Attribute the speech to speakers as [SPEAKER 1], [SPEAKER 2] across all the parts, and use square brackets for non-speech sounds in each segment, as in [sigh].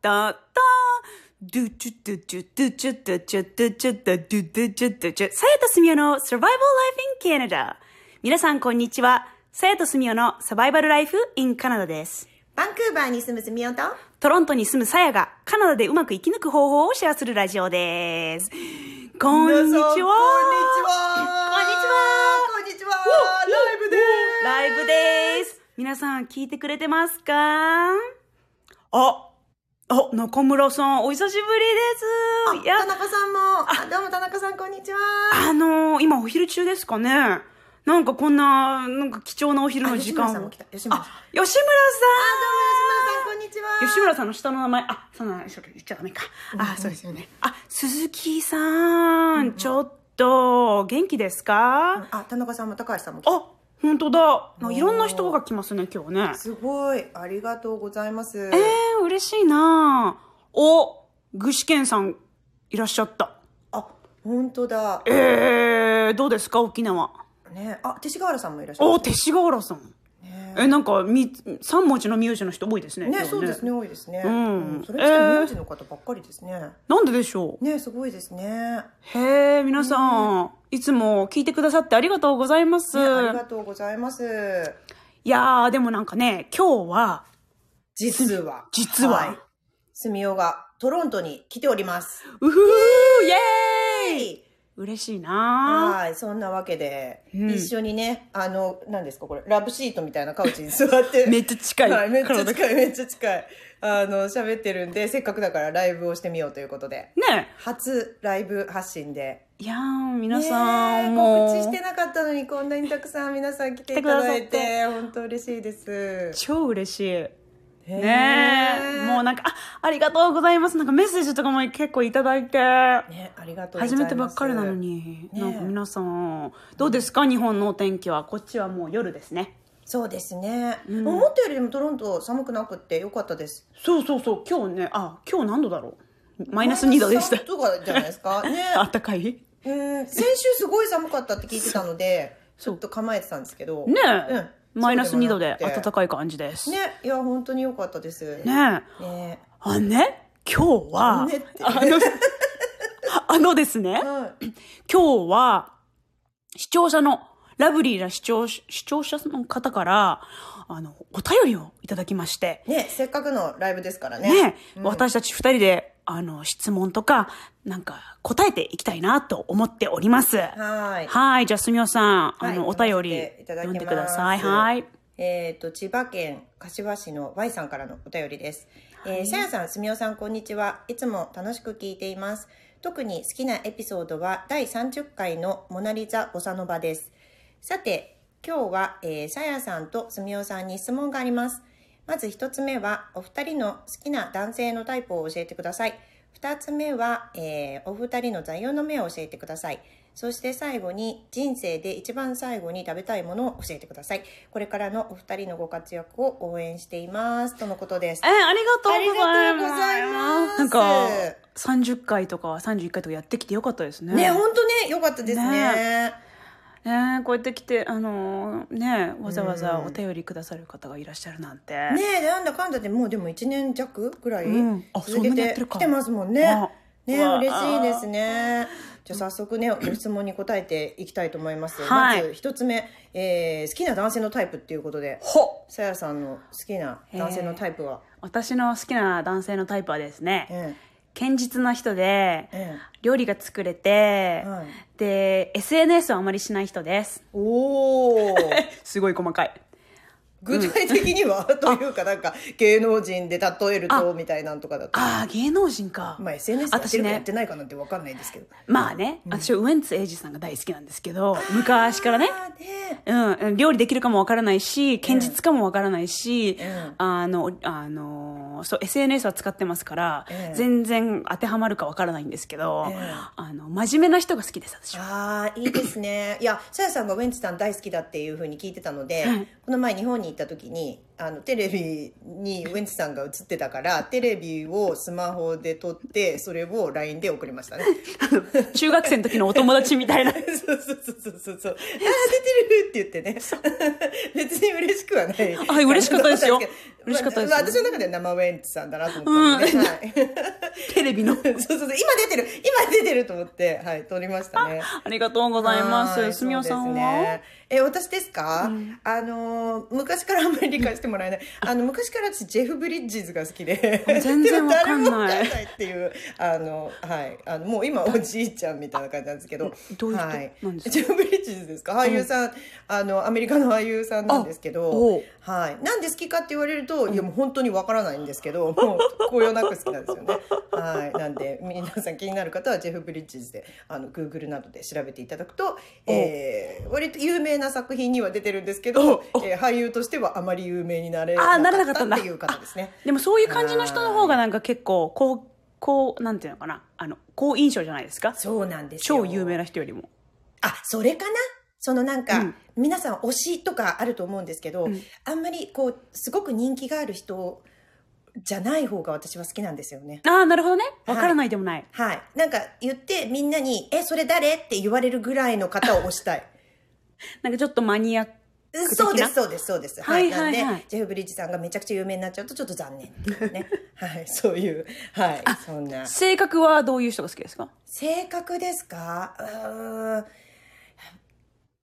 [SPEAKER 1] たたドゥチュドゥチュドゥチュドゥチュドゥチュドゥチュドゥチュドゥチュさやとすみおの Survival Life in Canada 皆さんこんにちはさやとすみおのサバイバルライフ in Canada です
[SPEAKER 2] バンクーバーに住むすみおと
[SPEAKER 1] トロントに住むさやがカナダでうまく生き抜く方法をシェアするラジオですこんにちは
[SPEAKER 2] 皆さんこんにちはこんにちはライブで
[SPEAKER 1] ライブです。皆さん聞いてくれてますかあ、あ、中村さん、お久しぶりです。い
[SPEAKER 2] す
[SPEAKER 1] や
[SPEAKER 2] 田、中さんもあどうも田中さんこんにちは
[SPEAKER 1] あのー今お昼中ですかね。なんかこんな、なんか貴重なお昼の
[SPEAKER 2] あ
[SPEAKER 1] 時
[SPEAKER 2] 吉村
[SPEAKER 1] 間
[SPEAKER 2] さん
[SPEAKER 1] を。
[SPEAKER 2] も来た吉村さん
[SPEAKER 1] あ、吉村さ
[SPEAKER 2] どうも吉村さんこんにちは
[SPEAKER 1] ん。吉村さんの下の名前、あ、そんな、そう言っちゃダメか。あ、そうですよね。あ、鈴木さん、ちょっと、元気ですか、
[SPEAKER 2] あ田中さんも高橋さんも来た
[SPEAKER 1] あ、本当だ。いろんな人が来ますね、今日ね。
[SPEAKER 2] すごいありがとうございます
[SPEAKER 1] ええー、嬉しいなあお、具志堅さん、いらっしゃった。
[SPEAKER 2] あ本当だ
[SPEAKER 1] ええー、どうですか、沖縄。
[SPEAKER 2] ねあ手川原さんもいらっしゃ
[SPEAKER 1] お、
[SPEAKER 2] る
[SPEAKER 1] 勅使河原さん。え、なんか、み、三文字の名字の人多いですね。
[SPEAKER 2] ね
[SPEAKER 1] 今日
[SPEAKER 2] そうですね多いですねうんそれにしても名字の方ばっかりですね
[SPEAKER 1] なんででしょう。
[SPEAKER 2] ねすごいですね
[SPEAKER 1] へえ、皆さん、いつも聞いてくださってありがとうございます。
[SPEAKER 2] ねありがとうございます
[SPEAKER 1] いやー、でもなんかね、今日は、
[SPEAKER 2] 実は。
[SPEAKER 1] 実は
[SPEAKER 2] はいすみおがトロントに来ております。
[SPEAKER 1] うふふー、イエーイ嬉しいなあ
[SPEAKER 2] はい。そんなわけで、
[SPEAKER 1] うん
[SPEAKER 2] 一緒にね、あの、何ですかこれ、ラブシートみたいなカウチに座って。
[SPEAKER 1] [laughs] めっちゃ近い。
[SPEAKER 2] はい、めっちゃ近い、めっちゃ近い。あの、喋ってるんで、せっかくだからライブをしてみようということで。
[SPEAKER 1] ね
[SPEAKER 2] 初ライブ発信で。
[SPEAKER 1] いやー、皆さん、
[SPEAKER 2] ねえ
[SPEAKER 1] もう。
[SPEAKER 2] 告知してなかったのに、こんなにたくさん皆さん来ていただ
[SPEAKER 1] 来て
[SPEAKER 2] い
[SPEAKER 1] くだ
[SPEAKER 2] て、本当嬉しいです。
[SPEAKER 1] 超嬉しい。ね
[SPEAKER 2] ね
[SPEAKER 1] え。もうなんか、あ、ありがとうございます。なんかメッセージとかも結構いただいて。
[SPEAKER 2] ね、ありがとうござい
[SPEAKER 1] 初
[SPEAKER 2] ます。
[SPEAKER 1] めてばっかりなの。に。
[SPEAKER 2] ねえ
[SPEAKER 1] なんか皆さん、どうですか日本のお天気は。こっちはもう夜ですね。
[SPEAKER 2] そうですね、思ったよりもトロント寒くなくってよかったです
[SPEAKER 1] そうそうそう。今日ね、あ、今日何度だろう [laughs] マイナス2度でした
[SPEAKER 2] マイ。ナス三度とかじゃないです
[SPEAKER 1] [laughs]
[SPEAKER 2] かね
[SPEAKER 1] あったかいね
[SPEAKER 2] うん先週すごい寒かったって聞いてたのでち
[SPEAKER 1] そう
[SPEAKER 2] ょっと構えてたんですけど
[SPEAKER 1] え、
[SPEAKER 2] うん
[SPEAKER 1] マイナス2度で
[SPEAKER 2] そうでもなくて
[SPEAKER 1] 暖かい感じです。
[SPEAKER 2] ねいや本当に良かったです
[SPEAKER 1] ねえ。
[SPEAKER 2] ね
[SPEAKER 1] あ、ね今日は、
[SPEAKER 2] あねって
[SPEAKER 1] あの、 [laughs] あのですね。
[SPEAKER 2] はい
[SPEAKER 1] 今日は、視聴者の、ラブリーな視聴視聴者の方から、あの、お便りをいただきまして、
[SPEAKER 2] ねせっかくのライブですからね
[SPEAKER 1] ね、私たち二人で、あの、質問とか、なんか、答えていきたいなと思っております。は
[SPEAKER 2] はい
[SPEAKER 1] い。じゃあ、すみおさん、
[SPEAKER 2] はい
[SPEAKER 1] あの、お便り
[SPEAKER 2] 読ませていただ
[SPEAKER 1] 読
[SPEAKER 2] きます
[SPEAKER 1] んでください。はい。
[SPEAKER 2] えっ、と、千葉県柏市の Y さんからのお便りです。えーさやさん、すみおさん、こんにちは。いつも楽しく聞いています。特に好きなエピソードは、第30回のモナリザ・ボサノバです。さて、今日は、えーさやさんとすみおさんに質問があります。まず一つ目は、お二人の好きな男性のタイプを教えてください。二つ目は、えーお二人の座右の銘を教えてください。そして最後に、人生で一番最後に食べたいものを教えてください。これからのお二人のご活躍を応援しています。とのことです
[SPEAKER 1] えー。ありがとうございます。
[SPEAKER 2] ありがとうございます
[SPEAKER 1] なんか、30回とか31回とかやってきてよかったですね。
[SPEAKER 2] ね、本当ね、良かったですね。
[SPEAKER 1] ねえこうやって来てあのーねえわざわざお便りくださる方がいらっしゃるなんて、
[SPEAKER 2] ねなんだかんだでもうでも1年弱ぐらい
[SPEAKER 1] うんあ
[SPEAKER 2] 続
[SPEAKER 1] そん
[SPEAKER 2] け
[SPEAKER 1] なにやっててるか
[SPEAKER 2] 来てますもん
[SPEAKER 1] あ
[SPEAKER 2] ね。ね
[SPEAKER 1] うわ
[SPEAKER 2] 嬉しいですね。じゃあ早速ね、ご質問に答えていきたいと思います。
[SPEAKER 1] はい
[SPEAKER 2] まず一つ目、えー好きな男性のタイプっていうことで、
[SPEAKER 1] ほ
[SPEAKER 2] さやさんの好きな男性のタイプは、
[SPEAKER 1] 私の好きな男性のタイプはですね
[SPEAKER 2] え
[SPEAKER 1] 堅実な人で
[SPEAKER 2] ええ
[SPEAKER 1] 料理が作れて、
[SPEAKER 2] えはい、
[SPEAKER 1] で SNS はあまりしない人です
[SPEAKER 2] おお
[SPEAKER 1] すごい細かい
[SPEAKER 2] 具体的には、 [laughs] というかなんか芸能人で例えるとみたいなんとかだと
[SPEAKER 1] ああ芸能人か、
[SPEAKER 2] まあ SNS やって
[SPEAKER 1] 私
[SPEAKER 2] るか
[SPEAKER 1] ね
[SPEAKER 2] やってないかなんてわかんないんですけど、
[SPEAKER 1] まあね、私はウエンツ瑛士さんが大好きなんですけど昔からね
[SPEAKER 2] あーね
[SPEAKER 1] うん、料理できるかもわからないし、堅実かもわからないし、
[SPEAKER 2] うん
[SPEAKER 1] あの、あの、そう、SNS は使ってますから、
[SPEAKER 2] ええ
[SPEAKER 1] 全然当てはまるかわからないんですけど、
[SPEAKER 2] ええ
[SPEAKER 1] あの、真面目な人が好きです、
[SPEAKER 2] [laughs]
[SPEAKER 1] 私は。
[SPEAKER 2] ああいいで
[SPEAKER 1] [clears throat]
[SPEAKER 2] すねいやさやさんがウエンツさん大好きだっていうふうに聞いてたので、この前日本に行った時にあのテレビにウエンツさんが映ってたからテレビをスマホで撮ってそれを LINE で送りましたね
[SPEAKER 1] 中学生の時のお友達みたいな。
[SPEAKER 2] そうそうそうそうそうそうあー出てるって言ってね別に嬉しくはない
[SPEAKER 1] あ嬉しかったですよ嬉しかったですよ
[SPEAKER 2] まあまあ私の中では生ウエンツさんだなと思ったんで、はい
[SPEAKER 1] テレビ
[SPEAKER 2] [laughs]
[SPEAKER 1] の。
[SPEAKER 2] そうそうそう今出てる今出てると思ってはい撮りましたね
[SPEAKER 1] ありがとうございます。すみおさんは、
[SPEAKER 2] そうですねえ、私ですか、あのー、昔からあんまり理解してもら
[SPEAKER 1] [laughs]
[SPEAKER 2] えない。あの、昔から私、ジェフ・ブリッジーズが好きで。
[SPEAKER 1] 全然わかんない
[SPEAKER 2] でも誰もわかんないっていう、あの、はい。あの、もう今、おじいちゃんみたいな感じなんですけど。
[SPEAKER 1] どういう人
[SPEAKER 2] はい
[SPEAKER 1] なんですか
[SPEAKER 2] ジェフ・ブリッジーズですか俳優さん、あの、アメリカの俳優さんなんですけ
[SPEAKER 1] あお
[SPEAKER 2] ど
[SPEAKER 1] う。
[SPEAKER 2] はい。なんで好きかって言われると、いや、もう本当にわからないんです
[SPEAKER 1] [laughs]
[SPEAKER 2] けど、もう、こよなく好きなんですよね。はい。なんで、皆さん気になる方は、ジェフ・ブリッジーズで、あの、Google などで調べていただくと、えー、割と有名な作品には出てるんですけど、えー、俳優としてはあまり有名になれ
[SPEAKER 1] あーならなか
[SPEAKER 2] な
[SPEAKER 1] っ
[SPEAKER 2] かったた
[SPEAKER 1] ん
[SPEAKER 2] っ
[SPEAKER 1] だ
[SPEAKER 2] ていう方ですね。
[SPEAKER 1] でもそういう感じの人の方がなんか結構、こう、こう、なんていうのかな。あの、好印象じゃないですか。
[SPEAKER 2] そうなんですよ。
[SPEAKER 1] 超有名な人よりも。
[SPEAKER 2] あ、それかなそのなんか、
[SPEAKER 1] うん
[SPEAKER 2] 皆さん推しとかあると思うんですけど、
[SPEAKER 1] うん
[SPEAKER 2] あんまりこう、すごく人気がある人じゃない方が私は好きなんですよね。
[SPEAKER 1] ああ、なるほどね。わからないでもない。
[SPEAKER 2] はい。なんか言ってみんなに、え、それ誰って言われるぐらいの方を推し
[SPEAKER 1] [laughs]
[SPEAKER 2] たい。
[SPEAKER 1] なんかちょっとマニアック的な。
[SPEAKER 2] そうです、そうです、そうです。はい。
[SPEAKER 1] はいはいはい
[SPEAKER 2] なんで、ジェフ・ブリッジさんがめちゃくちゃ有名になっちゃうとちょっと残念っていうね。 [laughs] はい。そういう、はい。そんな。
[SPEAKER 1] 性格はどういう人が好きですか
[SPEAKER 2] 性格ですかうーん。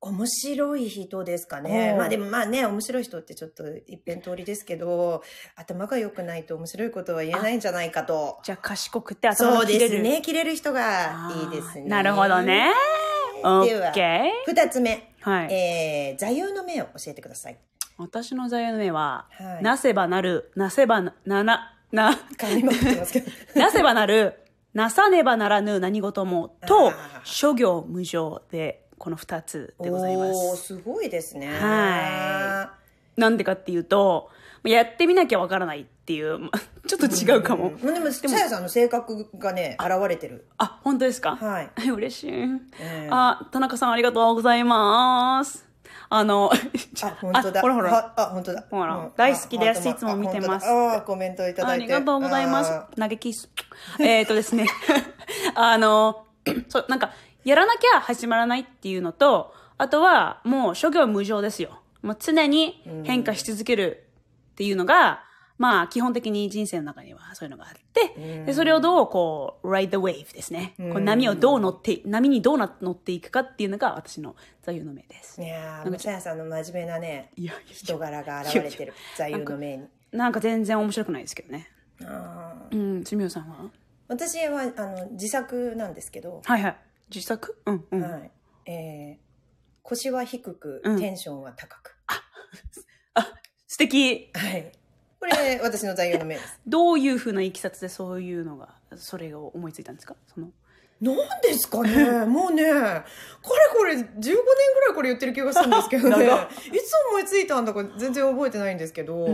[SPEAKER 2] 面白い人ですかね
[SPEAKER 1] お。う
[SPEAKER 2] まあでもまあね、面白い人ってちょっと一辺通りですけど、頭が良くないと面白いことは言えないんじゃないかと。
[SPEAKER 1] じゃあ賢くて頭
[SPEAKER 2] そ
[SPEAKER 1] が
[SPEAKER 2] う
[SPEAKER 1] 切
[SPEAKER 2] で
[SPEAKER 1] れる。
[SPEAKER 2] すね。切れる人が
[SPEAKER 1] あー
[SPEAKER 2] いいですね。
[SPEAKER 1] なるほどね。。オ
[SPEAKER 2] では
[SPEAKER 1] ッケー。
[SPEAKER 2] 二つ目。
[SPEAKER 1] はい
[SPEAKER 2] えー座右の銘を教えてください。
[SPEAKER 1] 私の座右の銘は、
[SPEAKER 2] はい
[SPEAKER 1] なせばなる、なせばな、な、な、な、
[SPEAKER 2] 噛みまくってますけど。
[SPEAKER 1] [laughs] なせばなる、なさねばならぬ何事も、
[SPEAKER 2] あ
[SPEAKER 1] と
[SPEAKER 2] ー、
[SPEAKER 1] 諸行無常で、この二つでございま
[SPEAKER 2] おー
[SPEAKER 1] す。
[SPEAKER 2] すごいですね。
[SPEAKER 1] はなんでかっていうと、やってみなきゃわからないっていう、 [laughs] まちょっと違うかも。
[SPEAKER 2] うんでも、さやさんの性格がね、現れてる。
[SPEAKER 1] あ、本当ですか
[SPEAKER 2] はい。
[SPEAKER 1] い。 [laughs] 嬉しい。
[SPEAKER 2] え
[SPEAKER 1] あ、田中さんありがとうございます。あの、
[SPEAKER 2] あ、本当
[SPEAKER 1] [laughs]
[SPEAKER 2] だ。
[SPEAKER 1] ほらほら。
[SPEAKER 2] は。あ、本当だ。
[SPEAKER 1] ほら
[SPEAKER 2] うん
[SPEAKER 1] 大好きです
[SPEAKER 2] あ本当だ
[SPEAKER 1] いつも見てます
[SPEAKER 2] あ本当だあー、コメントいただいて。
[SPEAKER 1] ありがとうございます
[SPEAKER 2] あ。
[SPEAKER 1] 投げキッス。えっとです
[SPEAKER 2] [laughs]
[SPEAKER 1] ね。あの、 [clears throat] そう、なんか、やらなきゃ始まらないっていうのと、あとは、もう諸行無常ですよ。もう常に変化し続けるっていうのが、まあ、基本的に人生の中にはそういうのがあって、でそれをどう、こう、ride the wave ですね。こう波をどう乗って、波にどうな乗っていくかっていうのが私の座右の銘です
[SPEAKER 2] ー。いやー、もうさやさんの真面目なね、
[SPEAKER 1] いやいや
[SPEAKER 2] 人柄が現れてる。座右の銘に。
[SPEAKER 1] なんか全然面白くないですけどね。
[SPEAKER 2] あー
[SPEAKER 1] うん、すみおさんは
[SPEAKER 2] 私は、あの、自作なんですけど、
[SPEAKER 1] はいはい。自作うんうん。
[SPEAKER 2] はい。えー、腰は低く、
[SPEAKER 1] うん
[SPEAKER 2] テンションは高く。
[SPEAKER 1] 素敵
[SPEAKER 2] はい。これ、私の座右の銘です。
[SPEAKER 1] どういうふうないきさつでそういうのがそれを思いついたんですかその
[SPEAKER 2] [laughs] なんですかねもうね、かれこれ15年ぐらいこれ言ってる気がするんですけどね。い
[SPEAKER 1] 長
[SPEAKER 2] つ思いついたんだか全然覚えてないんですけど、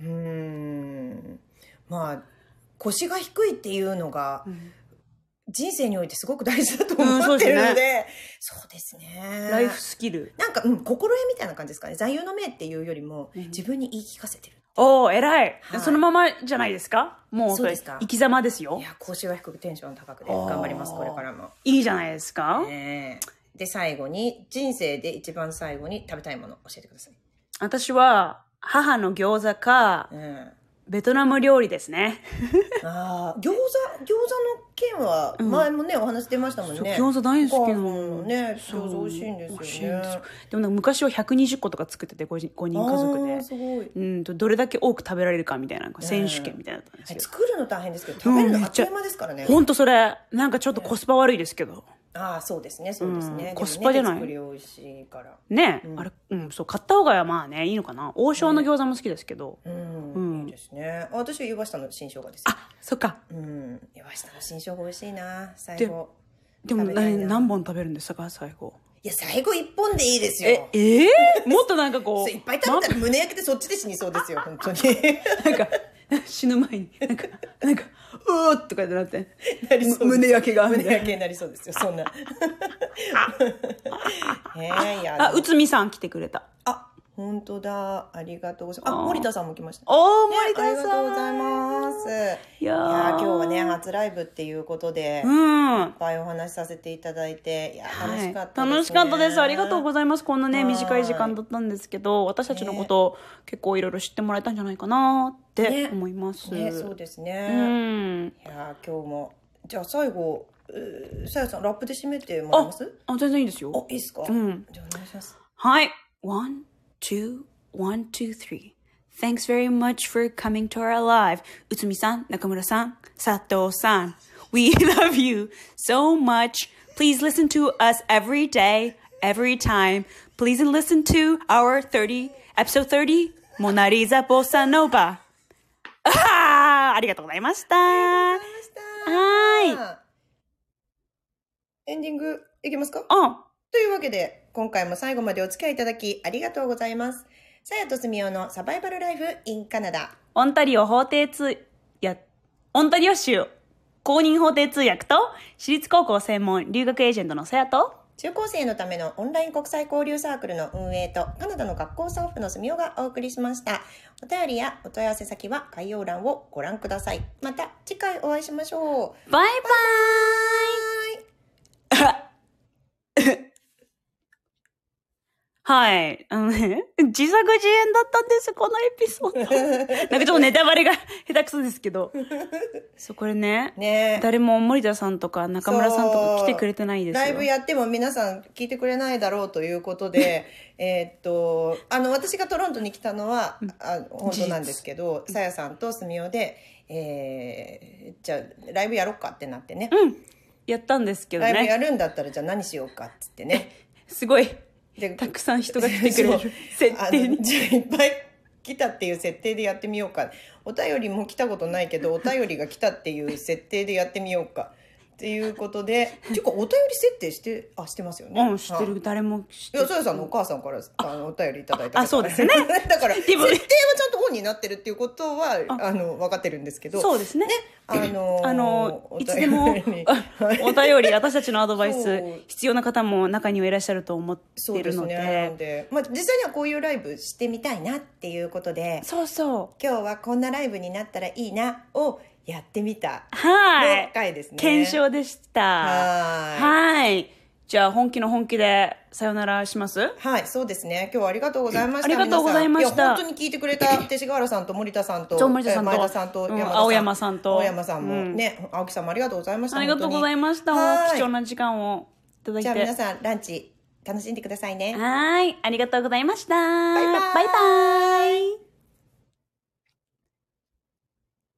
[SPEAKER 2] うん、ん。まあ、腰が低いっていうのが、人生においてすごく大事だと
[SPEAKER 1] うんそ
[SPEAKER 2] 思
[SPEAKER 1] う
[SPEAKER 2] っ
[SPEAKER 1] です
[SPEAKER 2] て
[SPEAKER 1] ね
[SPEAKER 2] るので、そうですね。
[SPEAKER 1] ライフスキル、
[SPEAKER 2] なんか、うん、心得みたいな感じですかね。座右の銘っていうよりも、
[SPEAKER 1] うん
[SPEAKER 2] 自分に言い聞かせてる。
[SPEAKER 1] おお偉い、
[SPEAKER 2] はい
[SPEAKER 1] そのままじゃないですかもう
[SPEAKER 2] そうですか
[SPEAKER 1] 生き様ですよ
[SPEAKER 2] いや、腰は低くテンション高くで
[SPEAKER 1] あー
[SPEAKER 2] 頑張ります、これからも。
[SPEAKER 1] いいじゃないですか、
[SPEAKER 2] ねえで最後に人生で一番最後に食べたいもの教えてください、
[SPEAKER 1] 私は母の餃子か
[SPEAKER 2] うん、あ
[SPEAKER 1] ベトナム料理ですね
[SPEAKER 2] あー餃子餃子の件は前もね、お話出ましたもんね
[SPEAKER 1] そう餃子大好きなの
[SPEAKER 2] のね
[SPEAKER 1] そう
[SPEAKER 2] 餃子美味しいんですよね
[SPEAKER 1] 美味しいんですよでもなんか昔は120個とか作ってて 5, 人5人家族
[SPEAKER 2] あ
[SPEAKER 1] で
[SPEAKER 2] ーすごい
[SPEAKER 1] うんとどれだけ多く食べられるかみたいななんか選手権みたいなのだったんですよ、
[SPEAKER 2] 作るの大変ですけど食べる
[SPEAKER 1] うん
[SPEAKER 2] の
[SPEAKER 1] め
[SPEAKER 2] あ
[SPEAKER 1] っ
[SPEAKER 2] っ
[SPEAKER 1] ち
[SPEAKER 2] と
[SPEAKER 1] ゃ
[SPEAKER 2] いう間ですからね、
[SPEAKER 1] ほんとそれなんかちょっとコスパ悪いですけど
[SPEAKER 2] ああそうですねそうですね、でもね
[SPEAKER 1] コスパじゃない
[SPEAKER 2] 手作り美味しいから
[SPEAKER 1] ねえ、あれ、うん、そう、買った方がまあね、いいのかな。王将の餃子も好きですけど。
[SPEAKER 2] うん、
[SPEAKER 1] うん
[SPEAKER 2] いいですねあ私は湯葉下の新生姜です
[SPEAKER 1] あ、そっか。
[SPEAKER 2] うん湯葉下の新生姜美味しいな
[SPEAKER 1] で
[SPEAKER 2] 最後
[SPEAKER 1] でも
[SPEAKER 2] 食べたいな
[SPEAKER 1] 何、何本食べるんですか、最後。
[SPEAKER 2] いや最後一本でいいですよ
[SPEAKER 1] え、えー、もっとなんかこ、
[SPEAKER 2] そうういっぱい食べたら胸焼けてそっちで死にそ
[SPEAKER 1] [laughs]
[SPEAKER 2] うですよ、本当に。
[SPEAKER 1] なんか、 [laughs] 死ぬ前に、なん
[SPEAKER 2] [laughs]
[SPEAKER 1] か、なんか、うーっとかじゃなくて、
[SPEAKER 2] なりそうです
[SPEAKER 1] 胸焼けが
[SPEAKER 2] 胸焼けになりそうですよ、そん [laughs] な。えー、いや
[SPEAKER 1] あ、内海さん来てくれた。
[SPEAKER 2] あ、う本当だ。ありがとうございます。
[SPEAKER 1] あ
[SPEAKER 2] あ、
[SPEAKER 1] ー
[SPEAKER 2] 森田さんも来ました。
[SPEAKER 1] おー、
[SPEAKER 2] ね
[SPEAKER 1] 森田さん。
[SPEAKER 2] ありがとうございます。いや
[SPEAKER 1] いや
[SPEAKER 2] ー今日はね、
[SPEAKER 1] ね、
[SPEAKER 2] 初ライブっていうことで、いっ
[SPEAKER 1] うん。
[SPEAKER 2] ぱいお話しさせていただいて、いやー、楽しかったです、
[SPEAKER 1] は
[SPEAKER 2] ね
[SPEAKER 1] い楽しかったです。ありがとうご
[SPEAKER 2] ざ
[SPEAKER 1] ざ
[SPEAKER 2] い
[SPEAKER 1] います。こんなね、
[SPEAKER 2] はい
[SPEAKER 1] 短い時間だったんですけど、私たちのことを結構いろいろ知ってもらえたんじゃないかなって
[SPEAKER 2] ね
[SPEAKER 1] 思います。
[SPEAKER 2] ね、そうですね。
[SPEAKER 1] うん。
[SPEAKER 2] いやー今日も、じゃあ最後、うーさやさん、ラップで締めてもらえます
[SPEAKER 1] あ、全然いいです
[SPEAKER 2] あ
[SPEAKER 1] よ。
[SPEAKER 2] いいですか、
[SPEAKER 1] うん。
[SPEAKER 2] じゃあお願いします。
[SPEAKER 1] Hi. One, two, one, two, three. Thanks very much for coming to our live. Utsumi-san, Nakamura-san, Sato-san. We [laughs] love you so much. Please listen to us every day, every time. Please listen to our 30, episode 30, Mona Lisa Bossa [laughs] Nova. あーありがとうございました。あ、
[SPEAKER 2] ありがとうございました
[SPEAKER 1] は
[SPEAKER 2] エンディングいきますか
[SPEAKER 1] あ、
[SPEAKER 2] というわけで、今回も最後までお付き合いいただきありがとうございます。さやとすみおのサバイバルライフ in カナダ。
[SPEAKER 1] オンタリオ法廷通、や、オンタリオ州公認法廷通訳と、私立高校専門留学エージェントのさやと、
[SPEAKER 2] 中高生のためのオンライン国際交流サークルの運営と、カナダの学校スタッフのすみおがお送りしました。お便りやお問い合わせ先は概要欄をご覧ください。また次回お会いしましょう。
[SPEAKER 1] バイバーイはい。あのね自作自演だったんです、このエピソード。
[SPEAKER 2] [laughs]
[SPEAKER 1] なんかちょっとネタバレが [laughs] 下手くそですけど。そう、これね、
[SPEAKER 2] ねえ。
[SPEAKER 1] 誰も森田さんとか中村さんとか来てくれてないですよ。
[SPEAKER 2] ライブやっても皆さん聞いてくれないだろうというこ
[SPEAKER 1] [laughs]
[SPEAKER 2] とで、えーっと、あの、私がトロントに来たのは、あ本当なんですけど、さやさんとすみおで、えーじゃあ、ライブやろっかってなってね。
[SPEAKER 1] やったんですけど
[SPEAKER 2] ライブ
[SPEAKER 1] ね。
[SPEAKER 2] やるんだったら、じゃあ何しようかっつって
[SPEAKER 1] [laughs]
[SPEAKER 2] ね。
[SPEAKER 1] すごい、
[SPEAKER 2] で
[SPEAKER 1] たくさん人が来てくれ
[SPEAKER 2] [laughs] そう
[SPEAKER 1] る設定に
[SPEAKER 2] あの。じゃあいっぱい来たっていう設定でやってみようかお便りも来たことない
[SPEAKER 1] [laughs]
[SPEAKER 2] けどお便りが来たっていう設定でやってみようかっていうこ
[SPEAKER 1] [laughs]
[SPEAKER 2] とでていうかお便り設定してあしてますよね
[SPEAKER 1] うん、知ってる。誰も知ってる
[SPEAKER 2] いや、さやさんのお母さんからあのお便りいただいた
[SPEAKER 1] あそうですよね。
[SPEAKER 2] [laughs] だから、設定
[SPEAKER 1] でも
[SPEAKER 2] はちゃんとオンになってるっていうことは、あの、分かってるんですけど。
[SPEAKER 1] そうですね。
[SPEAKER 2] あのー
[SPEAKER 1] あの
[SPEAKER 2] お
[SPEAKER 1] い
[SPEAKER 2] 便
[SPEAKER 1] つ
[SPEAKER 2] り
[SPEAKER 1] でも
[SPEAKER 2] に
[SPEAKER 1] あお便り私たちのアドバイス
[SPEAKER 2] そう
[SPEAKER 1] 必要な方も中にはいらっしゃると思っ
[SPEAKER 2] そ
[SPEAKER 1] て
[SPEAKER 2] うで
[SPEAKER 1] る
[SPEAKER 2] す
[SPEAKER 1] の
[SPEAKER 2] ね。
[SPEAKER 1] で
[SPEAKER 2] なので、まあ、実際にはこういうライブしてみたいなっていうことで、
[SPEAKER 1] そうそう
[SPEAKER 2] 今日はこんなライブになったらいいなをやってみた
[SPEAKER 1] は
[SPEAKER 2] の
[SPEAKER 1] い
[SPEAKER 2] 回ですね。
[SPEAKER 1] 検証でした
[SPEAKER 2] は
[SPEAKER 1] はいじゃあ本気の本気でさよならします
[SPEAKER 2] い。はい、そうですね。今日はありがとうございました。
[SPEAKER 1] ありがとうございました
[SPEAKER 2] 皆さんや本当に聞いてく
[SPEAKER 1] [clears throat]
[SPEAKER 2] れた勅使河原さんと森田さんと、
[SPEAKER 1] そう森田さんと
[SPEAKER 2] えー前田さんと、
[SPEAKER 1] うん
[SPEAKER 2] 山田さん
[SPEAKER 1] 青山さんと
[SPEAKER 2] 青山さんも、
[SPEAKER 1] うん
[SPEAKER 2] ね、青木さんもありがとうございました。
[SPEAKER 1] ありがとうござい
[SPEAKER 2] ま
[SPEAKER 1] ました
[SPEAKER 2] はい
[SPEAKER 1] 貴重な時間をいただい
[SPEAKER 2] じゃあ皆
[SPEAKER 1] て
[SPEAKER 2] さん、ランチ楽しんでくださいね。
[SPEAKER 1] はいありがとうございました
[SPEAKER 2] バイバイ
[SPEAKER 1] バイバイ